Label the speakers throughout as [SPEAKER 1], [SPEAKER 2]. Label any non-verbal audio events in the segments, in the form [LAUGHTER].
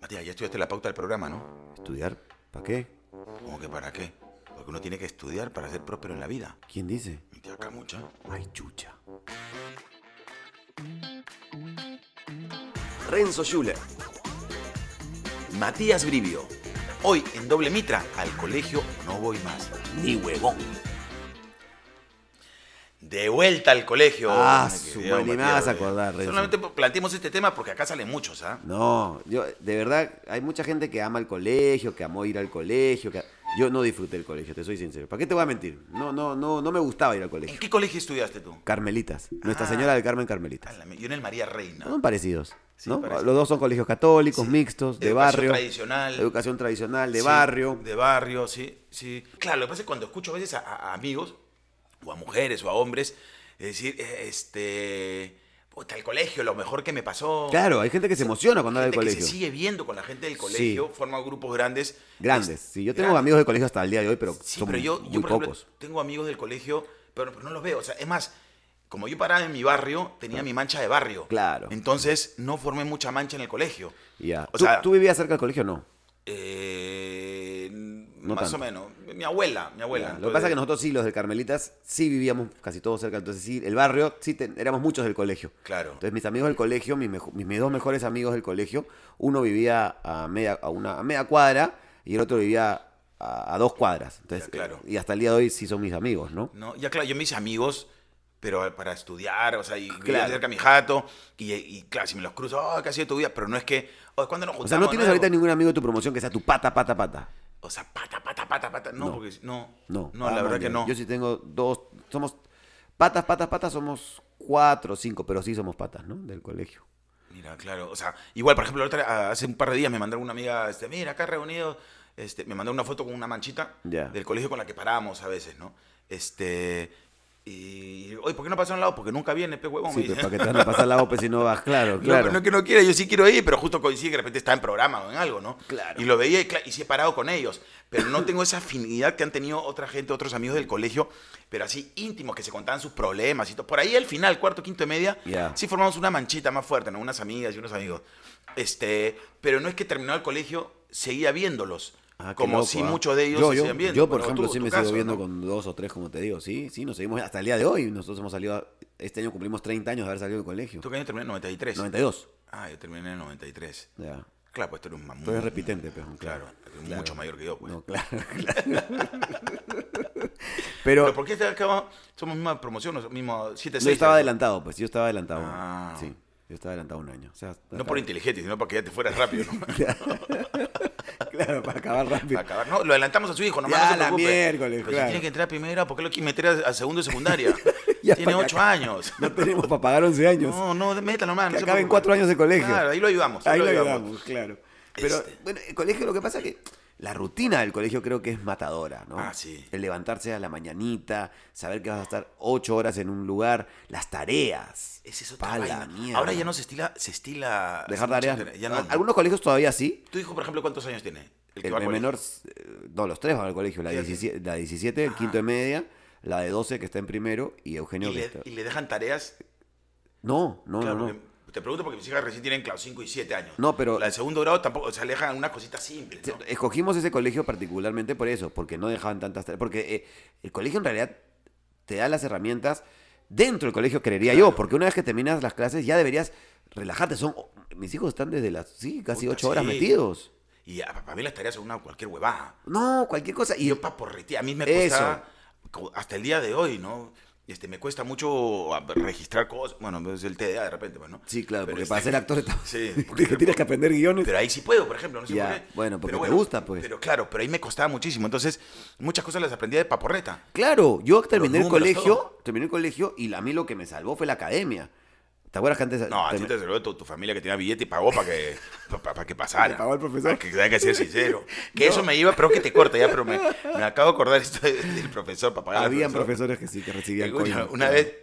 [SPEAKER 1] Matías, Ah, ya estudiaste la pauta del programa, ¿no?
[SPEAKER 2] ¿Estudiar? ¿Para qué?
[SPEAKER 1] ¿Cómo que para qué? Porque uno tiene que estudiar para ser próspero en la vida.
[SPEAKER 2] ¿Quién dice?
[SPEAKER 1] Mentira acá mucha.
[SPEAKER 2] Ay, chucha.
[SPEAKER 3] Renzo Schuller. Matías Brivio.
[SPEAKER 1] Hoy en Doble Mitra, al colegio no voy más.
[SPEAKER 3] Ni huevón.
[SPEAKER 1] De vuelta al colegio.
[SPEAKER 2] Ah,
[SPEAKER 1] Me
[SPEAKER 2] su
[SPEAKER 1] quedé,
[SPEAKER 2] madre, ni me hagas
[SPEAKER 1] Matías,
[SPEAKER 2] acordar,
[SPEAKER 1] eh.
[SPEAKER 2] Renzo.
[SPEAKER 1] Solamente planteemos este tema porque acá salen muchos, ¿ah?
[SPEAKER 2] No, yo, de verdad, hay mucha gente que ama el colegio, que amó ir al colegio. que- Yo no disfruté el colegio, te soy sincero. ¿Para qué te voy a mentir? No, no, no, no me gustaba ir al
[SPEAKER 1] ¿En
[SPEAKER 2] colegio.
[SPEAKER 1] qué colegio estudiaste tú?
[SPEAKER 2] Carmelitas. Nuestra
[SPEAKER 1] Ah.
[SPEAKER 2] Señora del Carmen
[SPEAKER 1] Ah,
[SPEAKER 2] Carmelitas.
[SPEAKER 1] la mi- Yo en el María Reina.
[SPEAKER 2] Son parecidos.
[SPEAKER 1] Sí,
[SPEAKER 2] ¿no?
[SPEAKER 1] parecidos.
[SPEAKER 2] Los dos son colegios católicos,
[SPEAKER 1] Sí.
[SPEAKER 2] mixtos, de
[SPEAKER 1] Educación
[SPEAKER 2] barrio.
[SPEAKER 1] tradicional.
[SPEAKER 2] Educación tradicional, de
[SPEAKER 1] Sí,
[SPEAKER 2] barrio.
[SPEAKER 1] De barrio, sí, sí. Claro, lo que pasa es que cuando escucho a veces a, a amigos, o a mujeres, o a hombres, es decir, eh, este. Puta, el colegio, lo mejor que me pasó.
[SPEAKER 2] Claro, hay gente que se emociona cuando habla del
[SPEAKER 1] Gente que
[SPEAKER 2] colegio.
[SPEAKER 1] se sigue viendo con la gente del colegio, forma grupos grandes.
[SPEAKER 2] Grandes.
[SPEAKER 1] Es-
[SPEAKER 2] Sí, yo tengo
[SPEAKER 1] grandes.
[SPEAKER 2] amigos de colegio hasta el día de hoy, pero
[SPEAKER 1] Sí,
[SPEAKER 2] son
[SPEAKER 1] pero yo,
[SPEAKER 2] muy
[SPEAKER 1] yo por ejemplo,
[SPEAKER 2] pocos.
[SPEAKER 1] tengo amigos del colegio, pero, pero no los veo. O sea, es más, como yo paraba en mi barrio, tenía mi mancha de barrio.
[SPEAKER 2] Ah. Claro.
[SPEAKER 1] Entonces, no formé mucha mancha en el colegio.
[SPEAKER 2] Ya.
[SPEAKER 1] O
[SPEAKER 2] ¿Tú,
[SPEAKER 1] sea,
[SPEAKER 2] tú vivías cerca del colegio o no?
[SPEAKER 1] eh, más
[SPEAKER 2] tanto.
[SPEAKER 1] o menos. Mi abuela, mi abuela.
[SPEAKER 2] Ya, Lo que pasa es que
[SPEAKER 1] Entonces,
[SPEAKER 2] nosotros sí, los del Carmelitas, sí vivíamos casi todos cerca. Entonces sí, el barrio, sí, te- éramos muchos del colegio.
[SPEAKER 1] Claro.
[SPEAKER 2] Entonces mis amigos del colegio, mis, mejo- mis, mis dos mejores amigos del colegio, uno vivía a media, a una, a media cuadra y el otro vivía a, a dos cuadras. Entonces,
[SPEAKER 1] Ya, claro.
[SPEAKER 2] Y hasta el día de hoy sí son mis amigos, ¿no?
[SPEAKER 1] No, ya claro, yo me hice amigos, pero para estudiar, o sea, y
[SPEAKER 2] Claro.
[SPEAKER 1] claro. cerca a mi jato, y, y claro, si me los cruzo, oh, ¿qué ha sido tu vida? Pero no es que, oh, ¿cuándo nos
[SPEAKER 2] O
[SPEAKER 1] juntamos?
[SPEAKER 2] sea, no tienes
[SPEAKER 1] de
[SPEAKER 2] ahorita
[SPEAKER 1] nuevo?
[SPEAKER 2] ningún amigo de tu promoción que sea tu pata, pata, pata.
[SPEAKER 1] O sea, pata, pata, pata, pata, no,
[SPEAKER 2] No.
[SPEAKER 1] porque no,
[SPEAKER 2] No.
[SPEAKER 1] no,
[SPEAKER 2] Ah,
[SPEAKER 1] la verdad
[SPEAKER 2] man,
[SPEAKER 1] que
[SPEAKER 2] ya.
[SPEAKER 1] no.
[SPEAKER 2] Yo sí tengo dos, somos patas, patas, patas, somos cuatro, cinco, pero sí somos patas, ¿no? Del colegio.
[SPEAKER 1] Mira, claro, o sea, igual, por ejemplo, la otra- ah, hace un par de días me mandaron una amiga, este, mira, acá reunidos, este, me mandó una foto con una manchita
[SPEAKER 2] Ya.
[SPEAKER 1] del colegio con la que parábamos a veces, ¿no? Este, y, oye, ¿por qué no pasó al lado? Porque nunca viene, pe huevón. me
[SPEAKER 2] Sí,
[SPEAKER 1] dice.
[SPEAKER 2] pero para que te van a pasar la OPE si no vas, claro,
[SPEAKER 1] Oh, No,
[SPEAKER 2] claro.
[SPEAKER 1] No, que no quiera, yo sí quiero ir, pero justo coincide que de repente está en programa o en algo, ¿no?
[SPEAKER 2] Claro.
[SPEAKER 1] Y lo veía y, cla- y sí he parado con ellos, pero no tengo esa afinidad que han tenido otra gente, otros amigos del colegio, pero así íntimos, que se contaban sus problemas y todo. Por ahí al final, cuarto, quinto y media,
[SPEAKER 2] Ya.
[SPEAKER 1] sí formamos una manchita más fuerte, ¿no? Unas amigas y unos amigos. Este, pero no es que terminado el colegio seguía viéndolos,
[SPEAKER 2] Ah, qué
[SPEAKER 1] como
[SPEAKER 2] loco,
[SPEAKER 1] si
[SPEAKER 2] ah.
[SPEAKER 1] muchos de ellos
[SPEAKER 2] yo,
[SPEAKER 1] se
[SPEAKER 2] yo,
[SPEAKER 1] sigan viendo.
[SPEAKER 2] Yo, por
[SPEAKER 1] Bueno,
[SPEAKER 2] ejemplo,
[SPEAKER 1] tú-
[SPEAKER 2] sí
[SPEAKER 1] tu
[SPEAKER 2] me
[SPEAKER 1] caso,
[SPEAKER 2] sigo viendo
[SPEAKER 1] ¿no?
[SPEAKER 2] con dos o tres, como te digo. Sí, sí, nos seguimos hasta el día de hoy. Nosotros hemos salido, a- este año cumplimos 30 años de haber salido del colegio.
[SPEAKER 1] ¿Tú qué año terminé? 93.
[SPEAKER 2] 92.
[SPEAKER 1] Ah, yo terminé en 93.
[SPEAKER 2] Ya.
[SPEAKER 1] Claro, pues tú eres un mamón.
[SPEAKER 2] Tú eres repitente, pero
[SPEAKER 1] Claro, mucho mayor que yo, pues.
[SPEAKER 2] No, [LAUGHS] claro, claro. pero
[SPEAKER 1] ¿Pero por qué te acaba- somos misma promoción? o Mismo 7
[SPEAKER 2] yo estaba adelantado, pues. Yo estaba adelantado.
[SPEAKER 1] Ah.
[SPEAKER 2] Sí, yo estaba adelantado un año. O sea,
[SPEAKER 1] No por inteligente, sino para que ya te fueras rápido. ¿no?
[SPEAKER 2] [LAUGHS] Claro, para acabar
[SPEAKER 1] Para
[SPEAKER 2] rápido.
[SPEAKER 1] acabar. No, lo adelantamos a su hijo, nomás
[SPEAKER 2] Ya,
[SPEAKER 1] no se
[SPEAKER 2] la
[SPEAKER 1] preocupe.
[SPEAKER 2] miércoles,
[SPEAKER 1] Pero si
[SPEAKER 2] claro.
[SPEAKER 1] tiene que entrar a primera, ¿por qué lo quieres meter a, a segundo de secundaria?
[SPEAKER 2] [LAUGHS] Ya
[SPEAKER 1] tiene
[SPEAKER 2] para
[SPEAKER 1] 8 años.
[SPEAKER 2] No tenemos para pagar 11 años.
[SPEAKER 1] No, no, métalo nomás.
[SPEAKER 2] que
[SPEAKER 1] no se
[SPEAKER 2] acaben
[SPEAKER 1] preocupe.
[SPEAKER 2] cuatro años de colegio.
[SPEAKER 1] Claro, ahí lo ayudamos.
[SPEAKER 2] Ahí lo ayudamos, claro. Pero,
[SPEAKER 1] Este.
[SPEAKER 2] bueno, el colegio lo que pasa es que la rutina del colegio creo que es matadora, ¿no?
[SPEAKER 1] Ah, sí.
[SPEAKER 2] El levantarse a la mañanita, saber que vas a estar ocho horas en un lugar, las tareas.
[SPEAKER 1] Es eso
[SPEAKER 2] Pa' la mierda.
[SPEAKER 1] Ahora ya no se estila. Se estila
[SPEAKER 2] Dejar
[SPEAKER 1] hace mucho
[SPEAKER 2] tareas.
[SPEAKER 1] tarea, Ya no.
[SPEAKER 2] Algunos colegios todavía sí.
[SPEAKER 1] ¿Tu hijo, por ejemplo, cuántos años tiene? que
[SPEAKER 2] El,
[SPEAKER 1] va al colegio.
[SPEAKER 2] menor, eh, no, los tres van al colegio. La
[SPEAKER 1] ¿Qué hace?
[SPEAKER 2] 17, la 17 el quinto de media, la de 12 que está en primero y Eugenio
[SPEAKER 1] ¿Y
[SPEAKER 2] que
[SPEAKER 1] le,
[SPEAKER 2] está...
[SPEAKER 1] y le dejan tareas.
[SPEAKER 2] No, no,
[SPEAKER 1] Claro,
[SPEAKER 2] no, no.
[SPEAKER 1] porque- Te pregunto porque mis hijas recién tienen, claro, 5 y 7 años.
[SPEAKER 2] No, pero-
[SPEAKER 1] La de segundo grado tampoco, se alejan algunas cositas simples. ¿no?
[SPEAKER 2] Escogimos ese colegio particularmente por eso, porque no dejaban tantas tareas. Porque eh, el colegio en realidad te da las herramientas dentro del colegio, creería yo, porque una vez que terminas las clases ya deberías relajarte. Son, mis hijos están desde las, sí, casi
[SPEAKER 1] Puta,
[SPEAKER 2] ocho horas
[SPEAKER 1] sí.
[SPEAKER 2] metidos.
[SPEAKER 1] Y a- para mí las tareas son una cualquier huevada.
[SPEAKER 2] No, cualquier cosa. Y
[SPEAKER 1] Yo para porretear, a mí me
[SPEAKER 2] Eso.
[SPEAKER 1] cuesta, co- hasta el día de hoy, ¿no? Este, me cuesta mucho a- registrar cosas. Bueno, es el TDA de repente, pues, ¿no?
[SPEAKER 2] Sí, claro,
[SPEAKER 1] Pero
[SPEAKER 2] porque
[SPEAKER 1] este-
[SPEAKER 2] para ser actor está- [LAUGHS]
[SPEAKER 1] Sí,
[SPEAKER 2] de que tienes que aprender
[SPEAKER 1] [LAUGHS]
[SPEAKER 2] guiones.
[SPEAKER 1] Pero ahí sí puedo, por ejemplo, no sé
[SPEAKER 2] Ya,
[SPEAKER 1] por qué.
[SPEAKER 2] bueno, porque
[SPEAKER 1] Pero
[SPEAKER 2] te gusta, pues.
[SPEAKER 1] Pero claro, pero ahí me costaba muchísimo. Entonces, muchas cosas las aprendí de paporreta.
[SPEAKER 2] Claro, yo terminé el
[SPEAKER 1] números,
[SPEAKER 2] colegio,
[SPEAKER 1] todo.
[SPEAKER 2] terminé el colegio y la- a mí lo que me salvó fue la academia. ¿Te acuerdas que antes
[SPEAKER 1] No, a
[SPEAKER 2] termi-
[SPEAKER 1] ti te saludó tu, tu familia que tenía billete y pagó para
[SPEAKER 2] [LAUGHS]
[SPEAKER 1] que, pa- pa- pa que pasara.
[SPEAKER 2] Le pagó al profesor.
[SPEAKER 1] Hay que, hay que ser sincero. Que eso me iba, pero que te corta ya, pero me, me acabo de acordar esto de- del profesor para pagar. al
[SPEAKER 2] habían
[SPEAKER 1] profesor.
[SPEAKER 2] profesores que sí que recibían
[SPEAKER 1] Una,
[SPEAKER 2] coño.
[SPEAKER 1] una vez,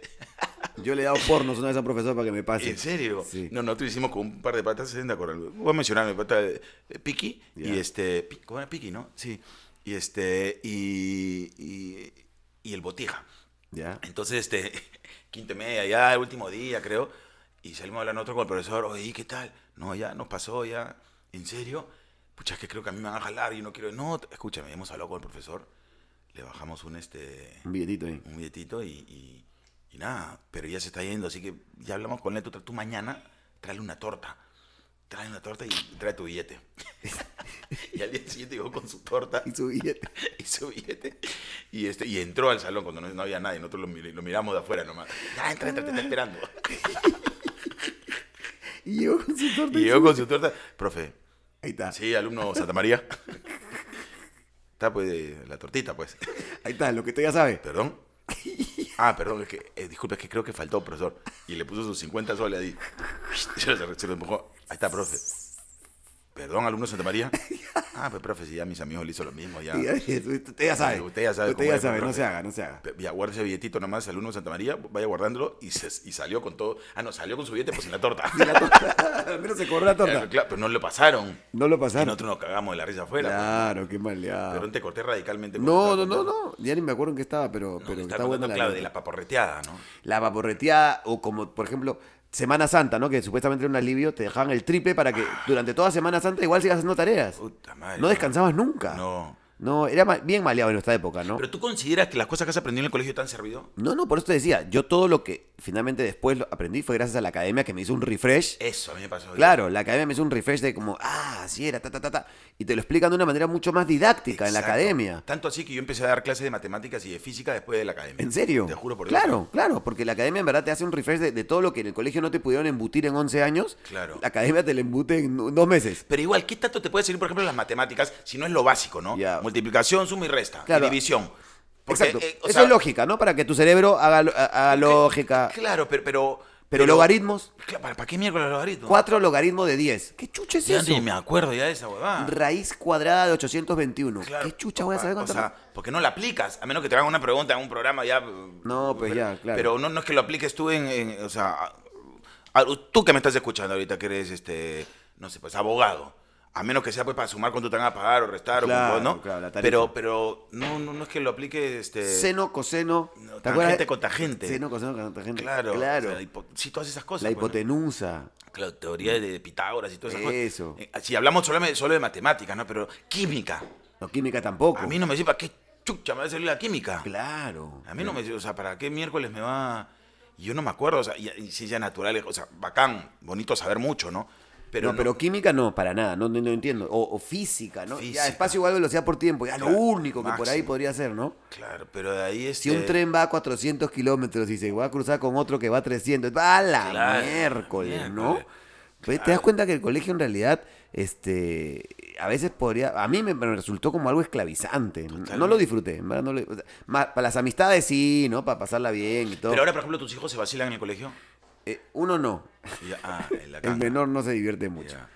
[SPEAKER 2] Yo le he dado pornos una vez a un profesor para que me pase.
[SPEAKER 1] en serio,
[SPEAKER 2] Ah, Sí.
[SPEAKER 1] no, nosotros hicimos con un par de patas, ¿se acuerdan? Voy a mencionar a mi pata eh, Piki,
[SPEAKER 2] Ya.
[SPEAKER 1] y este, Pi- ¿cómo era Piki, no? Sí, y este, y, y, y el Botija.
[SPEAKER 2] Ya.
[SPEAKER 1] Entonces, este, [LAUGHS] quinta y media, ya el último día, creo, y salimos a hablar nosotros con el profesor, oye, ¿qué tal? No, ya nos pasó, ya. ¿en serio? Pucha, es que creo que a mí me van a jalar y no quiero. No, t- escúchame, hemos hablado con el profesor, le bajamos un este
[SPEAKER 2] Un billetito ahí.
[SPEAKER 1] un billetito y, y- y nada, pero ya se está yendo, así que ya hablamos con él, tú, tra- tú mañana tráele una torta, trae una torta y trae tu billete. [LAUGHS] y al día siguiente llegó con su torta
[SPEAKER 2] Y su billete.
[SPEAKER 1] [LAUGHS] y su billete y, este, y entró al salón cuando no, no había nadie, nosotros lo, mi- lo miramos de afuera nomás. Ya, entra, entra, te está esperando.
[SPEAKER 2] Y llegó con su torta.
[SPEAKER 1] Y
[SPEAKER 2] y
[SPEAKER 1] llegó
[SPEAKER 2] su-
[SPEAKER 1] con su torta, profe,
[SPEAKER 2] Ahí está.
[SPEAKER 1] sí, alumno Santa María. [LAUGHS] Está pues eh, la tortita, pues. [LAUGHS]
[SPEAKER 2] Ahí está, lo que usted ya sabe.
[SPEAKER 1] ¿Perdón? Ah, perdón, es que, eh, disculpe, es que creo que faltó, profesor. Y le puso sus 50 soles ahí. [LAUGHS] Se lo, se lo empujó. Ahí está, profe. Perdón, alumno de Santa María. Ah, pues, profe, si ya mis amigos le hizo lo mismo, ya.
[SPEAKER 2] Ya- Usted ya sabe.
[SPEAKER 1] Usted ya sabe
[SPEAKER 2] Usted
[SPEAKER 1] cómo
[SPEAKER 2] ya
[SPEAKER 1] es,
[SPEAKER 2] sabe, no
[SPEAKER 1] profe.
[SPEAKER 2] se haga, no se haga.
[SPEAKER 1] Pe- Ya guarda ese billetito nomás, alumno de Santa María, vaya guardándolo y, se, y salió con todo. Ah, no, salió con su billete, pues en la torta.
[SPEAKER 2] [LAUGHS] La torta. [LAUGHS] Al menos se cobró la
[SPEAKER 1] [LAUGHS]
[SPEAKER 2] torta.
[SPEAKER 1] Claro, claro, pero no le pasaron.
[SPEAKER 2] No lo
[SPEAKER 1] Y
[SPEAKER 2] pasaron.
[SPEAKER 1] nosotros nos cagamos de la risa afuera. pues.
[SPEAKER 2] Claro, qué
[SPEAKER 1] Pero
[SPEAKER 2] maleado.
[SPEAKER 1] te corté radicalmente. cuando
[SPEAKER 2] No, no,
[SPEAKER 1] estaba
[SPEAKER 2] no,
[SPEAKER 1] contando.
[SPEAKER 2] no. Ya ni me acuerdo en qué estaba, pero,
[SPEAKER 1] No,
[SPEAKER 2] pero
[SPEAKER 1] está
[SPEAKER 2] está buena
[SPEAKER 1] contando,
[SPEAKER 2] la
[SPEAKER 1] claro,
[SPEAKER 2] anécdota.
[SPEAKER 1] de la paporreteada, ¿no?
[SPEAKER 2] la vaporreteada o como por ejemplo Semana Santa, ¿no? Que supuestamente era un alivio, te dejaban el triple para que
[SPEAKER 1] Ah.
[SPEAKER 2] durante toda Semana Santa igual sigas haciendo tareas.
[SPEAKER 1] Puta madre.
[SPEAKER 2] No descansabas nunca.
[SPEAKER 1] No.
[SPEAKER 2] No, era ma- bien maleado en nuestra época, ¿no?
[SPEAKER 1] Pero tú consideras que las cosas que has aprendido en el colegio te han servido?
[SPEAKER 2] No, no, por eso te decía, yo todo lo que finalmente después lo aprendí fue gracias a la academia que me hizo un refresh.
[SPEAKER 1] Eso a mí me pasó.
[SPEAKER 2] Claro, la academia me hizo un refresh de como, ah, así era, ta, ta, ta, ta. Y te lo explican de una manera mucho más didáctica en la
[SPEAKER 1] Exacto.
[SPEAKER 2] academia.
[SPEAKER 1] Tanto así que yo empecé a dar clases de matemáticas y de física después de la academia.
[SPEAKER 2] ¿En serio?
[SPEAKER 1] Te juro por Dios.
[SPEAKER 2] Claro, claro, porque la academia en verdad te hace un refresh de, de todo lo que en el colegio no te pudieron embutir en 11 años.
[SPEAKER 1] Claro.
[SPEAKER 2] La academia te lo embute en do- dos meses.
[SPEAKER 1] Pero igual, ¿qué tanto te puede servir, por ejemplo, las matemáticas si no es lo básico, no?
[SPEAKER 2] Ya.
[SPEAKER 1] Multiplicación, suma y resta.
[SPEAKER 2] Claro.
[SPEAKER 1] Y división.
[SPEAKER 2] Exacto.
[SPEAKER 1] eh, o
[SPEAKER 2] Eso
[SPEAKER 1] sea,
[SPEAKER 2] es lógica, ¿no? Para que tu cerebro haga, lo- haga lógica.
[SPEAKER 1] Claro, pero. Pero,
[SPEAKER 2] Pero logaritmos,
[SPEAKER 1] Claro, ¿Para para qué miércoles logaritmos?
[SPEAKER 2] cuatro logaritmos de 10. ¿Qué chucha es
[SPEAKER 1] Ya
[SPEAKER 2] eso?
[SPEAKER 1] ni me acuerdo ya de esa huevada.
[SPEAKER 2] Raíz cuadrada de 821.
[SPEAKER 1] Claro.
[SPEAKER 2] ¿Qué chucha voy a saber
[SPEAKER 1] O
[SPEAKER 2] cuánto?
[SPEAKER 1] sea, porque no la aplicas, a menos que te hagan una pregunta en un programa ya.
[SPEAKER 2] No, pues
[SPEAKER 1] pero-
[SPEAKER 2] ya, claro.
[SPEAKER 1] Pero no, no es que lo apliques tú en, en- o sea, a- a- tú que me estás escuchando ahorita que eres, este, no sé, pues abogado. A menos que sea pues para sumar cuánto te van a pagar o restar
[SPEAKER 2] Claro,
[SPEAKER 1] o ¿no?
[SPEAKER 2] claro, la tarifa.
[SPEAKER 1] pero pero no, no, no es que lo apliques este
[SPEAKER 2] Seno, coseno.
[SPEAKER 1] No,
[SPEAKER 2] ¿Te acuerdas?
[SPEAKER 1] tangente con tangente.
[SPEAKER 2] Seno, coseno, tangente.
[SPEAKER 1] claro,
[SPEAKER 2] Claro.
[SPEAKER 1] o sea, hipo- sí todas esas cosas.
[SPEAKER 2] la
[SPEAKER 1] pues, ¿no?
[SPEAKER 2] hipotenusa.
[SPEAKER 1] Claro, teoría de Pitágoras y todas esas
[SPEAKER 2] Eso.
[SPEAKER 1] cosas. Eh, Si hablamos solo, solo de matemáticas, ¿no? Pero química.
[SPEAKER 2] No, química tampoco.
[SPEAKER 1] A mí no me sirve, ¿para qué chucha me va a servir la química?
[SPEAKER 2] Oh. Claro.
[SPEAKER 1] A mí no me o sea, ¿para qué miércoles me va? Yo no me acuerdo, o sea, y, y ciencias naturales, o sea, bacán, bonito saber mucho, ¿no? Pero,
[SPEAKER 2] no, pero química no, para nada, no, no, no entiendo. O, o física, ¿no?
[SPEAKER 1] Física.
[SPEAKER 2] Ya, espacio igual velocidad por tiempo, ya
[SPEAKER 1] Claro,
[SPEAKER 2] lo único que por ahí
[SPEAKER 1] máximo.
[SPEAKER 2] podría ser, ¿no?
[SPEAKER 1] Claro, pero de ahí este, es.
[SPEAKER 2] Si un tren va a 400 kilómetros y se va a cruzar con otro que va a 300, va a la
[SPEAKER 1] Claro,
[SPEAKER 2] miércoles, ¿no?
[SPEAKER 1] miércoles.
[SPEAKER 2] Pues, Te das cuenta que el colegio en realidad, este, a veces podría, a mí me, me resultó como algo esclavizante. No lo disfruté, en verdad, no lo- o sea, más para las amistades sí, ¿no? Para pasarla bien y todo.
[SPEAKER 1] Pero ahora, por ejemplo, tus hijos se vacilan en el colegio.
[SPEAKER 2] Eh, uno no,
[SPEAKER 1] Y ya- ah, en la
[SPEAKER 2] [LAUGHS] el
[SPEAKER 1] canga.
[SPEAKER 2] menor no se divierte mucho.
[SPEAKER 1] Ya.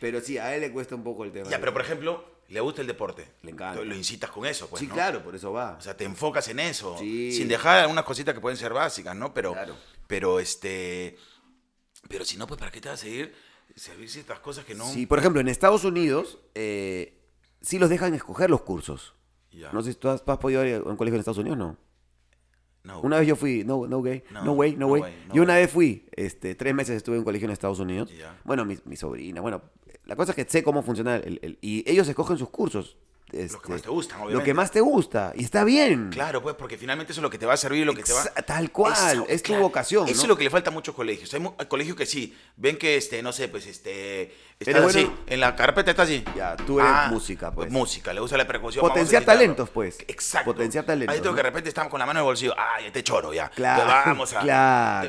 [SPEAKER 2] Pero sí, a él le cuesta un poco el tema.
[SPEAKER 1] Ya,
[SPEAKER 2] de-
[SPEAKER 1] pero por ejemplo, le gusta el deporte.
[SPEAKER 2] Le encanta.
[SPEAKER 1] Entonces, Lo incitas con eso, pues.
[SPEAKER 2] sí,
[SPEAKER 1] ¿no?
[SPEAKER 2] claro, por eso va.
[SPEAKER 1] O sea, te enfocas en eso.
[SPEAKER 2] Sí.
[SPEAKER 1] Sin dejar algunas cositas que pueden ser básicas, ¿no? Pero.
[SPEAKER 2] Claro.
[SPEAKER 1] Pero este. Pero si no, pues, ¿para qué te vas a seguir? Servir ciertas cosas que no.
[SPEAKER 2] Sí, por ejemplo, en Estados Unidos eh, sí los dejan escoger los cursos.
[SPEAKER 1] Ya.
[SPEAKER 2] No sé si tú has, has podido ir a un colegio en Estados Unidos, no.
[SPEAKER 1] No.
[SPEAKER 2] Una vez yo fui, no, no gay,
[SPEAKER 1] No,
[SPEAKER 2] no, way, no,
[SPEAKER 1] no
[SPEAKER 2] way.
[SPEAKER 1] way, no
[SPEAKER 2] yo una
[SPEAKER 1] way.
[SPEAKER 2] vez fui, este, tres meses estuve en un colegio en Estados Unidos.
[SPEAKER 1] Ya.
[SPEAKER 2] Bueno, mi, mi sobrina, bueno, la cosa es que sé cómo funciona el- el- y ellos escogen sus cursos.
[SPEAKER 1] Lo
[SPEAKER 2] este,
[SPEAKER 1] que más te gustan,
[SPEAKER 2] lo
[SPEAKER 1] obviamente.
[SPEAKER 2] que más te gusta, y está bien.
[SPEAKER 1] Claro, pues, porque finalmente eso es lo que te va a servir, lo que te va
[SPEAKER 2] Exa- tal cual, es tu vocación,
[SPEAKER 1] Eso
[SPEAKER 2] ¿no?
[SPEAKER 1] es lo que le falta a muchos colegios. Hay, mu- hay colegios que sí, ven que, este, no sé, pues, este,
[SPEAKER 2] Eres
[SPEAKER 1] estás
[SPEAKER 2] bueno-
[SPEAKER 1] así, en la carpeta está así. Ah,
[SPEAKER 2] Ya, tú eres música, pues.
[SPEAKER 1] Música, le gusta la percusión.
[SPEAKER 2] Potenciar
[SPEAKER 1] vamos a quitarlo.
[SPEAKER 2] talentos, pues.
[SPEAKER 1] Exacto.
[SPEAKER 2] Potenciar talentos,
[SPEAKER 1] Hay otros
[SPEAKER 2] ¿no?
[SPEAKER 1] que de repente estamos con la mano en el bolsillo, ah, ya te choro, ya.
[SPEAKER 2] Claro,
[SPEAKER 1] Entonces, vamos a...
[SPEAKER 2] claro,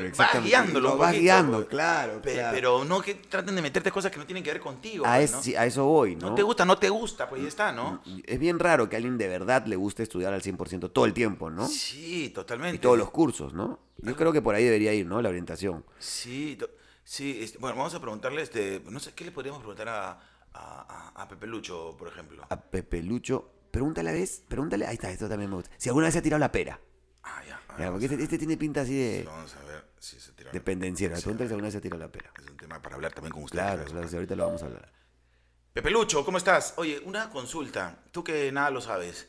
[SPEAKER 1] te- Vas
[SPEAKER 2] exactamente.
[SPEAKER 1] guiándolo
[SPEAKER 2] Lo
[SPEAKER 1] un
[SPEAKER 2] vas
[SPEAKER 1] poquito,
[SPEAKER 2] guiando,
[SPEAKER 1] pues.
[SPEAKER 2] claro,
[SPEAKER 1] Pe-
[SPEAKER 2] claro.
[SPEAKER 1] Pero no que traten de meterte cosas que no tienen que ver contigo,
[SPEAKER 2] a,
[SPEAKER 1] pues,
[SPEAKER 2] es-
[SPEAKER 1] ¿no?
[SPEAKER 2] sí, a eso voy, ¿no? Mm,
[SPEAKER 1] No te gusta, no te gusta, pues, ya está, ¿no?
[SPEAKER 2] Es bien raro que a alguien de verdad le guste estudiar al 100% todo el tiempo, ¿no?
[SPEAKER 1] Sí, totalmente.
[SPEAKER 2] mm. Y todos los cursos, ¿no? Yo creo que por ahí debería ir, ¿no? La orientación.
[SPEAKER 1] Sí, to- sí. este, bueno, vamos a preguntarle, este, no sé, ¿qué le podríamos preguntar a, a- a- a Pepe Lucho, por ejemplo?
[SPEAKER 2] A Pepe Lucho, pregúntale a vez, pregúntale, ahí está, esto también me gusta. Si alguna vez se ha tirado la pera.
[SPEAKER 1] Ah, ya. a ver,
[SPEAKER 2] Ya,
[SPEAKER 1] vamos,
[SPEAKER 2] porque este, este tiene pinta así
[SPEAKER 1] a-
[SPEAKER 2] de
[SPEAKER 1] vamos a ver si se tira.
[SPEAKER 2] dependenciero.
[SPEAKER 1] Sí,
[SPEAKER 2] Pregúntale si alguna vez se ha tirado la pera.
[SPEAKER 1] Es un tema para hablar también con usted.
[SPEAKER 2] Claro, claro, sí, ahorita lo vamos a hablar.
[SPEAKER 1] Pepe Lucho, ¿cómo estás? Oye, una consulta. Tú que nada lo
[SPEAKER 2] [LAUGHS]
[SPEAKER 1] sabes.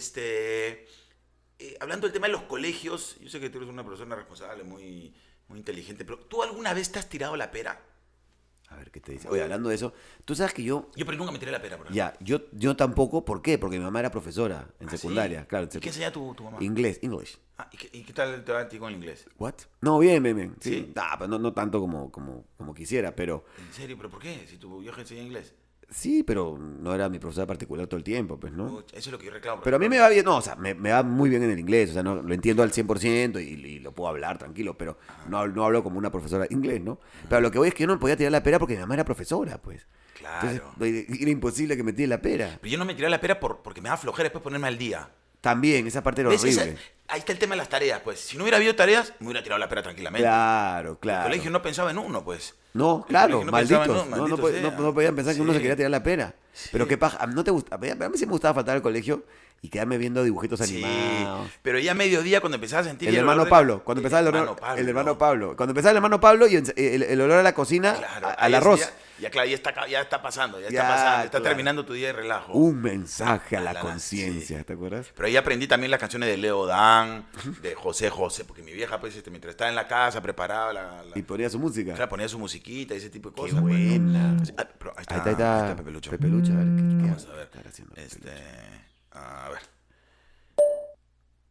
[SPEAKER 1] Este, eh, hablando del tema de los colegios, yo sé que tú eres una persona responsable, muy, muy inteligente, pero ¿tú alguna vez te has tirado la pera?
[SPEAKER 2] A ver qué te dice. Oye, hablando de eso, tú sabes que yo.
[SPEAKER 1] Yo pero nunca me tiré la pera, por ejemplo.
[SPEAKER 2] Ya, yo, yo tampoco. ¿Por qué? Porque mi mamá era profesora en
[SPEAKER 1] ¿Ah, sí?
[SPEAKER 2] secundaria, claro. en
[SPEAKER 1] ¿Y qué
[SPEAKER 2] secu-
[SPEAKER 1] enseñaba tu, tu mamá?
[SPEAKER 2] Inglés, English.
[SPEAKER 1] Ah, ¿y, qué, y qué tal te va a ti con el inglés?
[SPEAKER 2] ¿What? No, bien, bien, bien. Sí.
[SPEAKER 1] Sí.
[SPEAKER 2] Ah, pero no, no tanto como, como, como quisiera, pero.
[SPEAKER 1] ¿En serio? ¿Pero por qué? Si tu viejo enseña inglés.
[SPEAKER 2] Sí, pero no era mi profesora particular todo el tiempo, pues, ¿no?
[SPEAKER 1] Pucha, Eso es lo que yo reclamo.
[SPEAKER 2] Pero a mí me va bien, no, o sea, me, me va muy bien en el inglés, o sea, no, lo entiendo al 100% y, y lo puedo hablar tranquilo, pero no, hablo- no hablo como una profesora de inglés, ¿no? Pero lo que voy es que yo no me podía tirar la pera porque mi mamá era profesora, pues.
[SPEAKER 1] Claro.
[SPEAKER 2] Entonces, era imposible que me tire la pera.
[SPEAKER 1] Pero yo no me tiré la pera por, porque me da flojera después ponerme al día.
[SPEAKER 2] También, esa parte era
[SPEAKER 1] ¿Ves?
[SPEAKER 2] horrible.
[SPEAKER 1] Esa- ahí está el tema de las tareas, pues. Si no hubiera habido tareas, me hubiera tirado la pera tranquilamente.
[SPEAKER 2] Claro,
[SPEAKER 1] El
[SPEAKER 2] claro.
[SPEAKER 1] colegio no pensaba en uno, pues.
[SPEAKER 2] No,
[SPEAKER 1] El
[SPEAKER 2] claro,
[SPEAKER 1] colegio no pensaba
[SPEAKER 2] malditos.
[SPEAKER 1] en
[SPEAKER 2] No,
[SPEAKER 1] uno,
[SPEAKER 2] no,
[SPEAKER 1] maldito
[SPEAKER 2] po- no-
[SPEAKER 1] sea.
[SPEAKER 2] no podían pensar que uno se
[SPEAKER 1] Sí.
[SPEAKER 2] quería tirar la pera. Pero qué paja, a mí no te gusta, a mí a mí sí me gustaba faltar al colegio y quedarme viendo dibujitos
[SPEAKER 1] Sí,
[SPEAKER 2] animados.
[SPEAKER 1] pero ya a mediodía cuando empezaba a sentir
[SPEAKER 2] El
[SPEAKER 1] olor
[SPEAKER 2] hermano
[SPEAKER 1] de-
[SPEAKER 2] Pablo, cuando empezaba el,
[SPEAKER 1] hermano
[SPEAKER 2] olor, el hermano
[SPEAKER 1] ¿no?
[SPEAKER 2] Pablo, cuando empezaba el hermano Pablo y el, el- el olor a la cocina,
[SPEAKER 1] Claro,
[SPEAKER 2] a-
[SPEAKER 1] ahí
[SPEAKER 2] al
[SPEAKER 1] es-
[SPEAKER 2] arroz,
[SPEAKER 1] Ya, ya, claro, ya está, ca- ya está pasando, ya,
[SPEAKER 2] Ya,
[SPEAKER 1] está pasando, está
[SPEAKER 2] claro.
[SPEAKER 1] terminando tu día de relajo.
[SPEAKER 2] un mensaje a
[SPEAKER 1] A
[SPEAKER 2] la
[SPEAKER 1] la-
[SPEAKER 2] conciencia, ¿te acuerdas?
[SPEAKER 1] Pero ahí aprendí también las canciones de Leo Dan, de José José, porque mi vieja, pues, este, mientras estaba en la casa, preparaba la. la-
[SPEAKER 2] Y ponía su música.
[SPEAKER 1] claro, ponía su musiquita y ese tipo de
[SPEAKER 2] Qué
[SPEAKER 1] cosas. pues, ¿no?
[SPEAKER 2] buena.
[SPEAKER 1] Ah, pero ahí está,
[SPEAKER 2] Ahí está, ahí está,
[SPEAKER 1] Pepe Lucho.
[SPEAKER 2] Pepe Lucho, a ver, ¿qué- qué
[SPEAKER 1] Vamos a
[SPEAKER 2] habrá
[SPEAKER 1] ver.
[SPEAKER 2] que estar haciendo Pepe
[SPEAKER 1] Este,
[SPEAKER 2] Lucho?
[SPEAKER 1] a ver.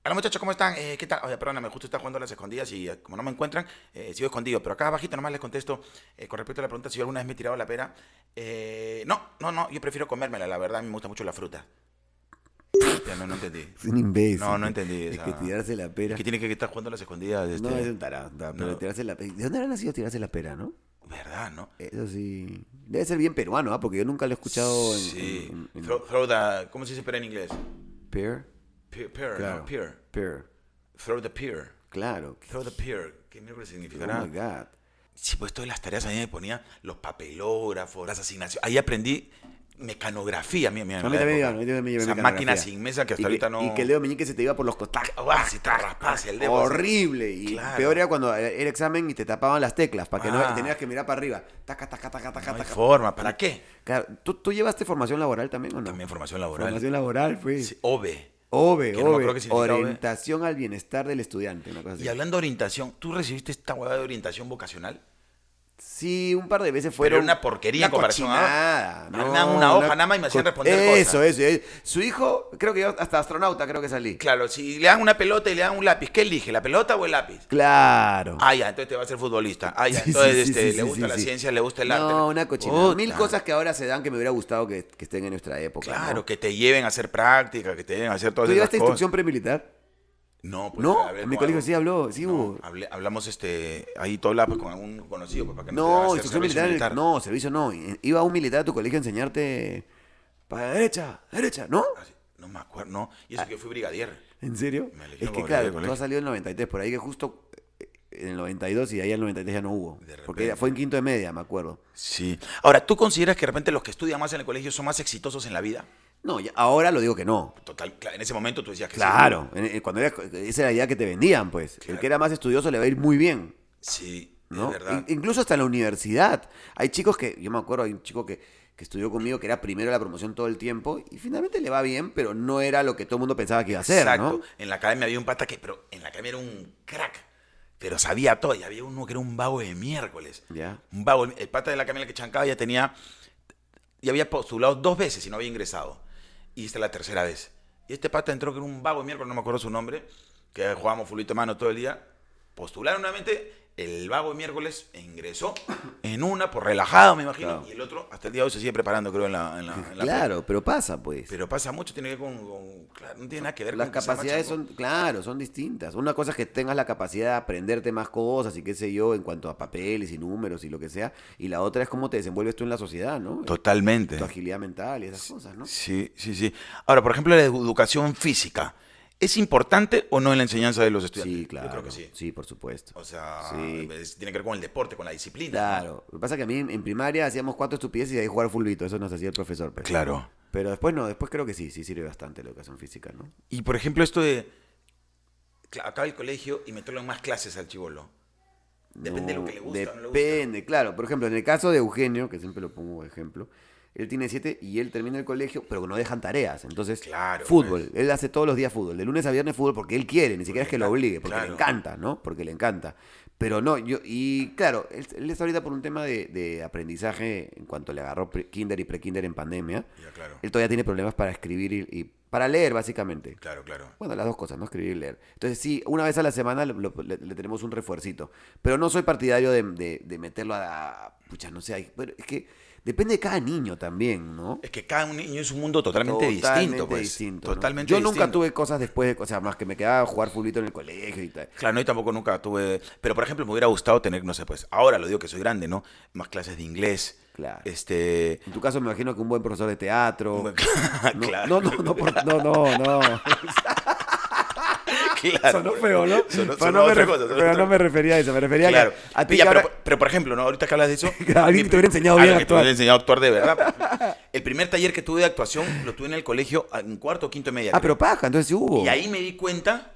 [SPEAKER 1] Hola muchachos, ¿cómo están? Eh, ¿Qué tal? Oye, perdóname, justo está jugando a las escondidas y eh, como no me encuentran, eh, sigo escondido. Pero acá abajito nomás les contesto eh, con respecto a la pregunta si yo alguna vez me he tirado la pera. Eh, no, no, no, yo prefiero comérmela, la verdad, a mí me gusta mucho la fruta. Ya, no, no
[SPEAKER 2] [LAUGHS]
[SPEAKER 1] entendí.
[SPEAKER 2] Es un imbécil.
[SPEAKER 1] No, no entendí
[SPEAKER 2] Es
[SPEAKER 1] esa.
[SPEAKER 2] que tirarse la pera.
[SPEAKER 1] Es que tiene que estar jugando a las escondidas. Este,
[SPEAKER 2] No, es un tarado. no, pero
[SPEAKER 1] no.
[SPEAKER 2] tirarse la pera. ¿De dónde habrán nacido tirarse la pera, no?
[SPEAKER 1] ¿Verdad, no?
[SPEAKER 2] Eso sí. Debe ser bien peruano, ¿ah? Porque yo nunca lo he escuchado en.
[SPEAKER 1] sí.
[SPEAKER 2] en- en- en-
[SPEAKER 1] Throw, throw the- ¿Cómo se dice pera en inglés?
[SPEAKER 2] Pear.
[SPEAKER 1] Peer, peer,
[SPEAKER 2] Claro.
[SPEAKER 1] no, peer.
[SPEAKER 2] Pear.
[SPEAKER 1] Throw the peer.
[SPEAKER 2] Claro.
[SPEAKER 1] Throw the peer. ¿Qué miércoles significará?
[SPEAKER 2] Oh my God.
[SPEAKER 1] Sí, pues todas las tareas a mí me ponía los papelógrafos, las asignaciones. Ahí aprendí mecanografía. Mira, mira,
[SPEAKER 2] A mí
[SPEAKER 1] la
[SPEAKER 2] también,
[SPEAKER 1] época.
[SPEAKER 2] a mí también me llevé
[SPEAKER 1] Esa
[SPEAKER 2] mecanografía.
[SPEAKER 1] máquina sin mesa que hasta
[SPEAKER 2] y
[SPEAKER 1] ahorita no.
[SPEAKER 2] Y que el dedo meñique se te iba por los costados.
[SPEAKER 1] Ah, si te raspas el dedo.
[SPEAKER 2] Horrible. Y
[SPEAKER 1] Claro.
[SPEAKER 2] peor era cuando era examen y te tapaban las teclas para que no
[SPEAKER 1] Ah.
[SPEAKER 2] tenías que mirar para arriba. Taca, taca, taca, taca,
[SPEAKER 1] No hay
[SPEAKER 2] taca.
[SPEAKER 1] forma. ¿Para qué?
[SPEAKER 2] Claro, ¿Tú, tú llevaste formación laboral también o no?
[SPEAKER 1] También formación laboral.
[SPEAKER 2] Formación laboral, pues.
[SPEAKER 1] Sí, OBE.
[SPEAKER 2] OVE,
[SPEAKER 1] Que no me
[SPEAKER 2] OVE,
[SPEAKER 1] acuerdo qué significa OVE.
[SPEAKER 2] orientación al bienestar del estudiante, una cosa así.
[SPEAKER 1] Y hablando de orientación, ¿tú recibiste esta huevada de orientación vocacional?
[SPEAKER 2] Sí, un par de veces
[SPEAKER 1] Pero
[SPEAKER 2] fueron.
[SPEAKER 1] era una porquería en comparación a-
[SPEAKER 2] cochinada,
[SPEAKER 1] Me daban una hoja nada más y me hacían
[SPEAKER 2] co-
[SPEAKER 1] responder
[SPEAKER 2] eso,
[SPEAKER 1] cosas.
[SPEAKER 2] Eso, eso. Su hijo, creo que yo hasta astronauta creo que salí.
[SPEAKER 1] Claro, si le dan una pelota y le dan un lápiz, ¿qué elige? ¿La pelota o el lápiz?
[SPEAKER 2] Claro.
[SPEAKER 1] Ah, ya, entonces te va a ser futbolista. Ah, ya,
[SPEAKER 2] Sí, sí,
[SPEAKER 1] entonces
[SPEAKER 2] sí,
[SPEAKER 1] este,
[SPEAKER 2] sí,
[SPEAKER 1] le
[SPEAKER 2] sí,
[SPEAKER 1] gusta
[SPEAKER 2] sí,
[SPEAKER 1] la
[SPEAKER 2] sí.
[SPEAKER 1] ciencia, le gusta el arte.
[SPEAKER 2] No, una cochinada.
[SPEAKER 1] Puta.
[SPEAKER 2] Mil cosas que ahora se dan que me hubiera gustado que, que estén en nuestra época. ¿no?
[SPEAKER 1] Claro, que te lleven a hacer práctica, que te lleven a hacer todas
[SPEAKER 2] ¿Tú
[SPEAKER 1] esas
[SPEAKER 2] llevaste
[SPEAKER 1] cosas.
[SPEAKER 2] instrucción premilitar?
[SPEAKER 1] No, pues,
[SPEAKER 2] No,
[SPEAKER 1] hablé
[SPEAKER 2] en mi
[SPEAKER 1] con
[SPEAKER 2] colegio
[SPEAKER 1] algún-
[SPEAKER 2] sí habló, sí
[SPEAKER 1] no, ah,
[SPEAKER 2] hubo.
[SPEAKER 1] hablé- hablamos este, ahí todo la, pues, con algún conocido pues, para que no, te haga
[SPEAKER 2] No,
[SPEAKER 1] hacer
[SPEAKER 2] instrucción
[SPEAKER 1] servicio
[SPEAKER 2] militar, No, servicio no. I- Iba un militar a tu colegio a enseñarte. Para derecha, derecha, ¿no?
[SPEAKER 1] Ah, sí, no me acuerdo, no. Y eso
[SPEAKER 2] Ah.
[SPEAKER 1] que yo fui brigadier.
[SPEAKER 2] ¿En serio?
[SPEAKER 1] Me eligieron
[SPEAKER 2] Es que
[SPEAKER 1] para
[SPEAKER 2] claro,
[SPEAKER 1] volver al
[SPEAKER 2] tú
[SPEAKER 1] colegio.
[SPEAKER 2] has salido en el 93, por ahí que justo eh, en el 92 y de ahí al 93 ya no hubo.
[SPEAKER 1] De repente.
[SPEAKER 2] Porque era- fue en quinto de media, me acuerdo.
[SPEAKER 1] Sí. Ahora, ¿tú consideras que de repente los que estudian más en el colegio son más exitosos en la vida?
[SPEAKER 2] No, ya- ahora lo digo que no.
[SPEAKER 1] Total, claro, en ese momento tú decías que sí.
[SPEAKER 2] Claro, en- en- cuando era, esa era la idea que te vendían, pues. El
[SPEAKER 1] Claro.
[SPEAKER 2] que era más estudioso le va a ir muy bien.
[SPEAKER 1] Sí, es
[SPEAKER 2] ¿no?
[SPEAKER 1] verdad.
[SPEAKER 2] In- incluso hasta en la universidad. Hay chicos que, yo me acuerdo, hay un chico que, que estudió conmigo que era primero de la promoción todo el tiempo y finalmente le va bien, pero no era lo que todo el mundo pensaba que iba a ser,
[SPEAKER 1] Exacto.
[SPEAKER 2] ¿no?
[SPEAKER 1] En la academia había un pata que, pero en la academia era un crack. Pero sabía todo. Y había uno que era un vago de miércoles.
[SPEAKER 2] Ya.
[SPEAKER 1] Un vago. El pata de la academia que chancaba ya tenía. Ya había postulado dos veces y no había ingresado. Y esta es la tercera vez. Y este pata entró que era un vago de miércoles, no me acuerdo su nombre. Que jugábamos fulito de mano todo el día. Postularon nuevamente. El vago de miércoles ingresó en una, por relajado, me imagino.
[SPEAKER 2] Claro.
[SPEAKER 1] Y el otro, hasta el día de hoy, se sigue preparando, creo, en la. en la- en la-
[SPEAKER 2] Claro, pero pasa, pues.
[SPEAKER 1] Pero pasa mucho, tiene que ver con. con- claro, no tiene nada que ver
[SPEAKER 2] Las
[SPEAKER 1] con. que sea más
[SPEAKER 2] capacidades
[SPEAKER 1] chacón.
[SPEAKER 2] son, claro, son distintas. Una cosa es que tengas la capacidad de aprenderte más cosas y qué sé yo, en cuanto a papeles y números y lo que sea. Y la otra es cómo te desenvuelves tú en la sociedad, ¿no?
[SPEAKER 1] Totalmente.
[SPEAKER 2] Tu agilidad mental y esas cosas, ¿no?
[SPEAKER 1] Sí, sí, sí. Ahora, por ejemplo, la educación física. ¿Es importante o no en la enseñanza de los estudiantes?
[SPEAKER 2] Sí, claro.
[SPEAKER 1] Yo creo que sí.
[SPEAKER 2] por supuesto.
[SPEAKER 1] O sea,
[SPEAKER 2] Sí.
[SPEAKER 1] es- tiene que ver con el deporte, con la disciplina.
[SPEAKER 2] Claro. Lo que pasa es que a mí en primaria hacíamos cuatro estupideces y de ahí jugar fulbito. Eso nos hacía el profesor. pues.
[SPEAKER 1] Claro.
[SPEAKER 2] Pero después no, después creo que sí, sí sirve bastante la educación física, ¿no?
[SPEAKER 1] Y por ejemplo, esto de. cla- Acaba el colegio y meterlo en más clases al chivolo. Depende de lo
[SPEAKER 2] No,
[SPEAKER 1] que le gusta o no le gusta.
[SPEAKER 2] Depende, claro. Por ejemplo, en el caso de Eugenio, que siempre lo pongo de ejemplo, él tiene siete y él termina el colegio, pero no dejan tareas. Entonces,
[SPEAKER 1] Claro,
[SPEAKER 2] fútbol. Él hace todos los días fútbol. De lunes a viernes fútbol porque él quiere, ni siquiera es que lo
[SPEAKER 1] encanta,
[SPEAKER 2] obligue, porque
[SPEAKER 1] claro.
[SPEAKER 2] le encanta, ¿no? Porque le encanta. Pero no, yo, y claro, él, él está ahorita por un tema de, de aprendizaje en cuanto le agarró pre- kinder y pre-kinder en pandemia.
[SPEAKER 1] Ya, claro.
[SPEAKER 2] Él todavía tiene problemas para escribir y, y para leer, básicamente.
[SPEAKER 1] Claro, claro.
[SPEAKER 2] Bueno, las dos cosas, ¿no? Escribir y leer. Entonces, sí, una vez a la semana lo- lo- le, le tenemos un refuercito. Pero no soy partidario de, de- de meterlo a, a- Pucha, no sé. hay- bueno, es que depende de cada niño también, ¿no?
[SPEAKER 1] Es que cada niño es un mundo totalmente, distinto, pues.
[SPEAKER 2] ¿no?
[SPEAKER 1] Totalmente
[SPEAKER 2] Yo nunca
[SPEAKER 1] distinto.
[SPEAKER 2] tuve cosas después de. O sea, más que me quedaba a jugar fulbito en el colegio y tal.
[SPEAKER 1] Claro, no, yo tampoco nunca tuve. Pero, por ejemplo, me hubiera gustado tener, no sé, pues, ahora lo digo que soy grande, ¿no? Más clases de inglés.
[SPEAKER 2] Claro.
[SPEAKER 1] Este. [LAUGHS]
[SPEAKER 2] En tu caso, me imagino que un buen profesor de teatro. [LAUGHS] No,
[SPEAKER 1] claro.
[SPEAKER 2] no, no, no, por- no, no, no.
[SPEAKER 1] [LAUGHS] claro.
[SPEAKER 2] Sonó feo, ¿no?
[SPEAKER 1] Sonó-
[SPEAKER 2] Pero
[SPEAKER 1] sonó
[SPEAKER 2] no me
[SPEAKER 1] otra
[SPEAKER 2] ref-
[SPEAKER 1] cosa, sonó
[SPEAKER 2] pero
[SPEAKER 1] otra
[SPEAKER 2] no me refería a eso, me refería
[SPEAKER 1] Claro.
[SPEAKER 2] a, a ti.
[SPEAKER 1] Pilla,
[SPEAKER 2] que
[SPEAKER 1] pero,
[SPEAKER 2] ahora-
[SPEAKER 1] pero, por ejemplo, ¿no? ahorita que hablas de eso.
[SPEAKER 2] [LAUGHS] Que alguien
[SPEAKER 1] mi-
[SPEAKER 2] te hubiera enseñado bien a
[SPEAKER 1] alguien que te hubiera
[SPEAKER 2] actuar.
[SPEAKER 1] enseñado a actuar de verdad. El primer taller que tuve de actuación lo tuve en el colegio en cuarto o quinto y media.
[SPEAKER 2] ah,
[SPEAKER 1] creo.
[SPEAKER 2] pero paja, entonces sí hubo.
[SPEAKER 1] Y ahí me di cuenta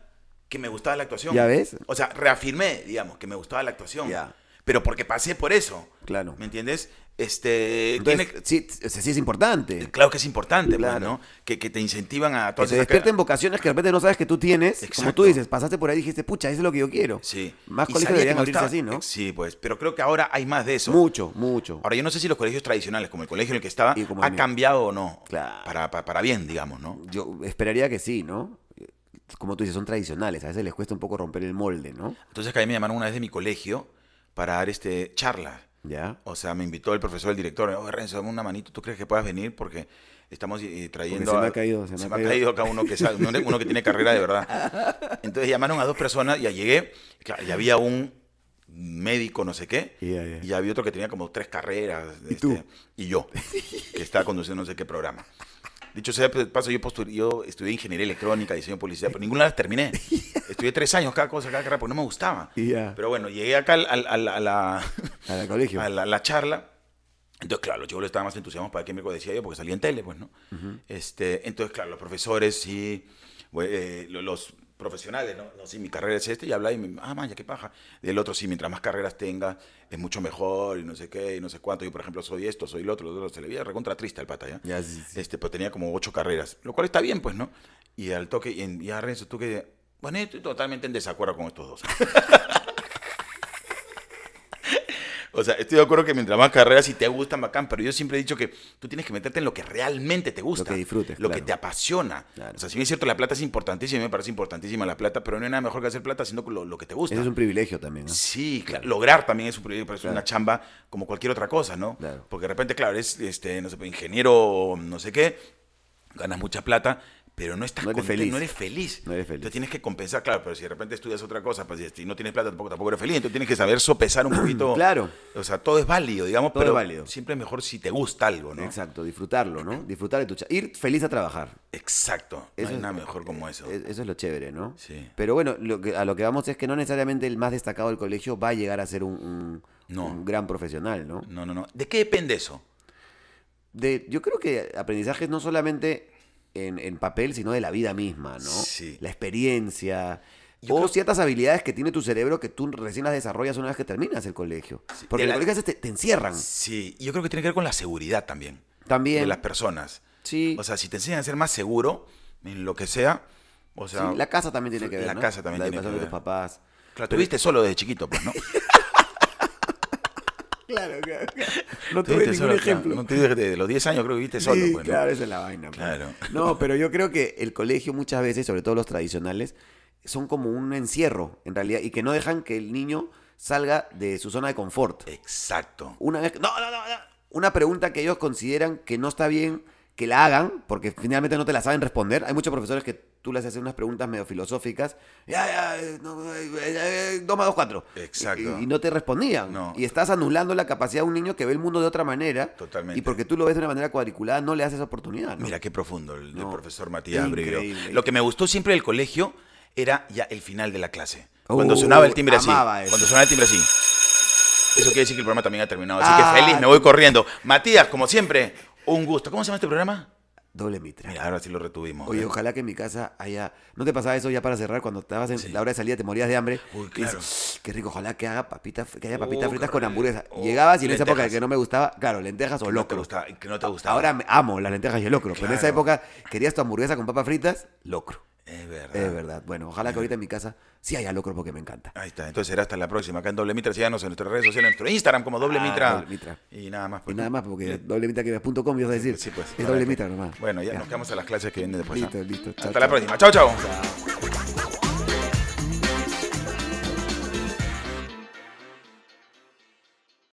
[SPEAKER 1] que me gustaba la actuación.
[SPEAKER 2] ¿Ya ves?
[SPEAKER 1] O sea, reafirmé, digamos, que me gustaba la actuación.
[SPEAKER 2] Ya.
[SPEAKER 1] Pero porque pasé por eso.
[SPEAKER 2] Claro.
[SPEAKER 1] ¿Me entiendes? Este.
[SPEAKER 2] Entonces,
[SPEAKER 1] tiene-
[SPEAKER 2] sí, t- o sea, sí es importante.
[SPEAKER 1] Claro que es importante, pues,
[SPEAKER 2] Claro.
[SPEAKER 1] ¿no? Que, que te incentivan a
[SPEAKER 2] Que
[SPEAKER 1] todas
[SPEAKER 2] te
[SPEAKER 1] esas
[SPEAKER 2] despierten
[SPEAKER 1] ca-
[SPEAKER 2] vocaciones que de repente no sabes que tú tienes. Como
[SPEAKER 1] Exacto.
[SPEAKER 2] tú dices, pasaste por ahí y dijiste, pucha, eso es lo que yo quiero.
[SPEAKER 1] Sí.
[SPEAKER 2] Más
[SPEAKER 1] Y sabía
[SPEAKER 2] colegios
[SPEAKER 1] que
[SPEAKER 2] deberían
[SPEAKER 1] me
[SPEAKER 2] abrirse
[SPEAKER 1] gustaba.
[SPEAKER 2] así, ¿no?
[SPEAKER 1] Sí, pues. Pero creo que ahora hay más de eso.
[SPEAKER 2] Mucho, mucho.
[SPEAKER 1] Ahora, yo no sé si los colegios tradicionales, como el colegio en el que estaba,
[SPEAKER 2] Y como el
[SPEAKER 1] ha
[SPEAKER 2] mío.
[SPEAKER 1] cambiado o no.
[SPEAKER 2] Claro.
[SPEAKER 1] Para, para, para bien, digamos, ¿no?
[SPEAKER 2] Yo esperaría que sí, ¿no? Eh, Como tú dices, son tradicionales. A veces les cuesta un poco romper el molde, ¿no?
[SPEAKER 1] Entonces, que a mí me llamaron una vez de mi colegio para dar este charlas.
[SPEAKER 2] Ya.
[SPEAKER 1] O sea, me invitó el profesor, el director, oye Renzo, dame una manito, ¿tú crees que puedas venir? Porque estamos eh, trayendo...
[SPEAKER 2] Porque se me
[SPEAKER 1] a-
[SPEAKER 2] ha caído, se me ha
[SPEAKER 1] ha
[SPEAKER 2] caído.
[SPEAKER 1] caído acá uno que, sabe, uno, uno que tiene carrera de
[SPEAKER 2] [LAUGHS]
[SPEAKER 1] verdad. Entonces llamaron a dos personas, ya llegué, claro, y había un médico, no sé qué,
[SPEAKER 2] Ya, ya.
[SPEAKER 1] y había otro que tenía como tres carreras. este,
[SPEAKER 2] ¿Y tú?
[SPEAKER 1] Y
[SPEAKER 2] [LAUGHS]
[SPEAKER 1] yo, que estaba conduciendo no sé qué programa. Dicho sea pues, de paso, yo, postu- yo estudié ingeniería electrónica, diseño de publicidad, pero ninguna las
[SPEAKER 2] [LAUGHS]
[SPEAKER 1] terminé. Estudié tres años cada cosa, cada carrera, porque no me gustaba.
[SPEAKER 2] Ya.
[SPEAKER 1] Pero bueno, llegué acá al- al- al- a la...
[SPEAKER 2] Al colegio.
[SPEAKER 1] A la, la charla. Entonces, claro, los chicos estaban más entusiasmados para que me decía yo, porque salía en tele, pues, ¿no? este, entonces, claro, los profesores y bueno, eh, lo- los profesionales, ¿no? No, sí, mi carrera es este, y hablaba y me, ah, man, ya qué paja. Del otro, sí, mientras más carreras tenga, es mucho mejor, y no sé qué, y no sé cuánto. Yo, por ejemplo, soy esto, soy el otro, el otro se le veía recontra triste al pata, ¿ya?
[SPEAKER 2] Ya, sí, sí.
[SPEAKER 1] Este, pero tenía como ocho carreras, lo cual está bien, pues, ¿no? Y al toque, y, en- y a Renzo, tú que, bueno, estoy totalmente en desacuerdo con estos dos. [LAUGHS] O sea, estoy de acuerdo que mientras más carreras y te gustan, bacán, pero yo siempre he dicho que tú tienes que meterte en lo que realmente te gusta.
[SPEAKER 2] Lo que disfrutes,
[SPEAKER 1] Lo
[SPEAKER 2] claro.
[SPEAKER 1] que te apasiona.
[SPEAKER 2] Claro.
[SPEAKER 1] O sea, si bien es cierto, la plata es importantísima, y me parece importantísima la plata, pero no hay nada mejor que hacer plata sino lo, lo que te gusta.
[SPEAKER 2] Ese es un privilegio también, ¿no?
[SPEAKER 1] Sí, claro. Lograr también es un proyecto, pero es una
[SPEAKER 2] Claro.
[SPEAKER 1] chamba como cualquier otra cosa, ¿no?
[SPEAKER 2] Claro.
[SPEAKER 1] Porque de repente, claro, eres este, no sé, ingeniero, no sé qué, ganas mucha plata, pero no estás
[SPEAKER 2] No eres
[SPEAKER 1] contento,
[SPEAKER 2] feliz.
[SPEAKER 1] no eres feliz.
[SPEAKER 2] No eres feliz.
[SPEAKER 1] Entonces tienes que compensar, claro, pero si de repente estudias otra cosa, pues si no tienes plata tampoco, tampoco eres feliz, entonces tienes que saber sopesar
[SPEAKER 2] [CLEARS THROAT]
[SPEAKER 1] un poquito.
[SPEAKER 2] Claro.
[SPEAKER 1] O sea, todo es válido, digamos,
[SPEAKER 2] Todo
[SPEAKER 1] pero
[SPEAKER 2] es válido.
[SPEAKER 1] siempre es mejor si te gusta algo, ¿no?
[SPEAKER 2] Exacto, disfrutarlo, ¿no? Disfrutar de tu... cha- Ir feliz a trabajar.
[SPEAKER 1] Exacto. No
[SPEAKER 2] Eso
[SPEAKER 1] hay
[SPEAKER 2] es-
[SPEAKER 1] nada mejor como eso.
[SPEAKER 2] E- Eso es lo chévere, ¿no?
[SPEAKER 1] Sí.
[SPEAKER 2] Pero bueno, lo que- a lo que vamos es que no necesariamente el más destacado del colegio va a llegar a ser un, un-
[SPEAKER 1] No.
[SPEAKER 2] un gran profesional, ¿no?
[SPEAKER 1] No, no, no. ¿De qué depende eso?
[SPEAKER 2] De, yo creo que aprendizajes no solamente en, en papel, sino de la vida misma, ¿no?
[SPEAKER 1] Sí.
[SPEAKER 2] La experiencia.
[SPEAKER 1] Yo
[SPEAKER 2] o
[SPEAKER 1] creo-
[SPEAKER 2] ciertas habilidades que tiene tu cerebro que tú recién las desarrollas una vez que terminas el colegio. Porque
[SPEAKER 1] de
[SPEAKER 2] en
[SPEAKER 1] la-
[SPEAKER 2] el colegio a veces te, te encierran.
[SPEAKER 1] Sí, yo creo que tiene que ver con la seguridad también.
[SPEAKER 2] También.
[SPEAKER 1] De las personas.
[SPEAKER 2] Sí.
[SPEAKER 1] O sea, si te enseñan a ser más seguro en lo que sea, o
[SPEAKER 2] Sí,
[SPEAKER 1] sea,
[SPEAKER 2] la casa también tiene que ver.
[SPEAKER 1] la
[SPEAKER 2] ¿no?
[SPEAKER 1] casa también
[SPEAKER 2] la
[SPEAKER 1] tiene que
[SPEAKER 2] educación de
[SPEAKER 1] ver.
[SPEAKER 2] tus papás.
[SPEAKER 1] claro, tuviste solo desde chiquito,
[SPEAKER 2] [LAUGHS]
[SPEAKER 1] pues, ¿no?
[SPEAKER 2] Claro, claro. No
[SPEAKER 1] Tuviste solo, claro, no, tuviste desde los 10 años creo que viviste solo,
[SPEAKER 2] Sí,
[SPEAKER 1] pues, ¿no?
[SPEAKER 2] claro, esa es la vaina. pues.
[SPEAKER 1] Claro. [LAUGHS]
[SPEAKER 2] No, pero yo creo que el colegio muchas veces, sobre todo los tradicionales, son como un encierro, en realidad, y que no dejan que el niño salga de su zona de confort.
[SPEAKER 1] Exacto.
[SPEAKER 2] Una vez... No, no, no, no. Una pregunta que ellos consideran que no está bien que la hagan, porque finalmente no te la saben responder. Hay muchos profesores que tú les haces unas preguntas medio filosóficas. Ya, ya, eh, no, eh, eh, eh, dos más dos, cuatro.
[SPEAKER 1] Exacto.
[SPEAKER 2] Y, y no te respondían.
[SPEAKER 1] No.
[SPEAKER 2] Y estás anulando la capacidad de un niño que ve el mundo de otra manera.
[SPEAKER 1] Totalmente.
[SPEAKER 2] Y porque tú lo ves de una manera cuadriculada, no le das esa oportunidad. ¿no?
[SPEAKER 1] Mira qué profundo el, el
[SPEAKER 2] No.
[SPEAKER 1] profesor Matías Breiro.
[SPEAKER 2] Increíble.
[SPEAKER 1] Lo que me gustó siempre del colegio era ya el final de la clase. Cuando
[SPEAKER 2] Uh,
[SPEAKER 1] sonaba el timbre así.
[SPEAKER 2] amaba eso.
[SPEAKER 1] Cuando sonaba el timbre así. Eso quiere decir que el programa también ha terminado. Así
[SPEAKER 2] Ah.
[SPEAKER 1] que feliz, me voy corriendo. Matías, como siempre, un gusto. ¿Cómo se llama este programa?
[SPEAKER 2] Doble mitra.
[SPEAKER 1] Mira, ahora sí lo retuvimos.
[SPEAKER 2] Oye,
[SPEAKER 1] ¿eh?
[SPEAKER 2] ojalá que en mi casa haya. ¿No te pasaba eso ya para cerrar cuando estabas en la hora de salida te morías de hambre?
[SPEAKER 1] Uy,
[SPEAKER 2] Y dices,
[SPEAKER 1] claro.
[SPEAKER 2] qué rico, ojalá que haga papitas, que haya papitas
[SPEAKER 1] Oh,
[SPEAKER 2] fritas
[SPEAKER 1] qué
[SPEAKER 2] con
[SPEAKER 1] rico.
[SPEAKER 2] hamburguesa.
[SPEAKER 1] Oh,
[SPEAKER 2] Llegabas y en esa
[SPEAKER 1] lentejas.
[SPEAKER 2] época que no me gustaba, claro, lentejas o
[SPEAKER 1] Que no te
[SPEAKER 2] locro.
[SPEAKER 1] gustaba, que no te gustaba.
[SPEAKER 2] Ahora me- amo las lentejas y el locro, pero en esa
[SPEAKER 1] Claro.
[SPEAKER 2] época querías tu hamburguesa con papas fritas, locro.
[SPEAKER 1] Es
[SPEAKER 2] Es
[SPEAKER 1] verdad.
[SPEAKER 2] verdad. Bueno, ojalá que ahorita en mi casa sí haya locro porque me encanta.
[SPEAKER 1] Ahí está. Entonces será hasta la próxima. Acá en Doble Mitra, síganos en nuestras redes sociales, en nuestro Instagram como Doble
[SPEAKER 2] Ah,
[SPEAKER 1] Mitra.
[SPEAKER 2] Doble Mitra.
[SPEAKER 1] Y nada más.
[SPEAKER 2] Y
[SPEAKER 1] pues.
[SPEAKER 2] nada más, porque doblemitra.com ibas a decir.
[SPEAKER 1] Sí, pues.
[SPEAKER 2] es
[SPEAKER 1] Ahora
[SPEAKER 2] doble
[SPEAKER 1] que-
[SPEAKER 2] mitra nomás.
[SPEAKER 1] Bueno, ya,
[SPEAKER 2] Ya.
[SPEAKER 1] nos quedamos a las clases que vienen después. ¿ah?
[SPEAKER 2] Listo, listo. Chao,
[SPEAKER 1] Hasta la
[SPEAKER 2] chao.
[SPEAKER 1] próxima. Chao, chao.
[SPEAKER 2] Chao.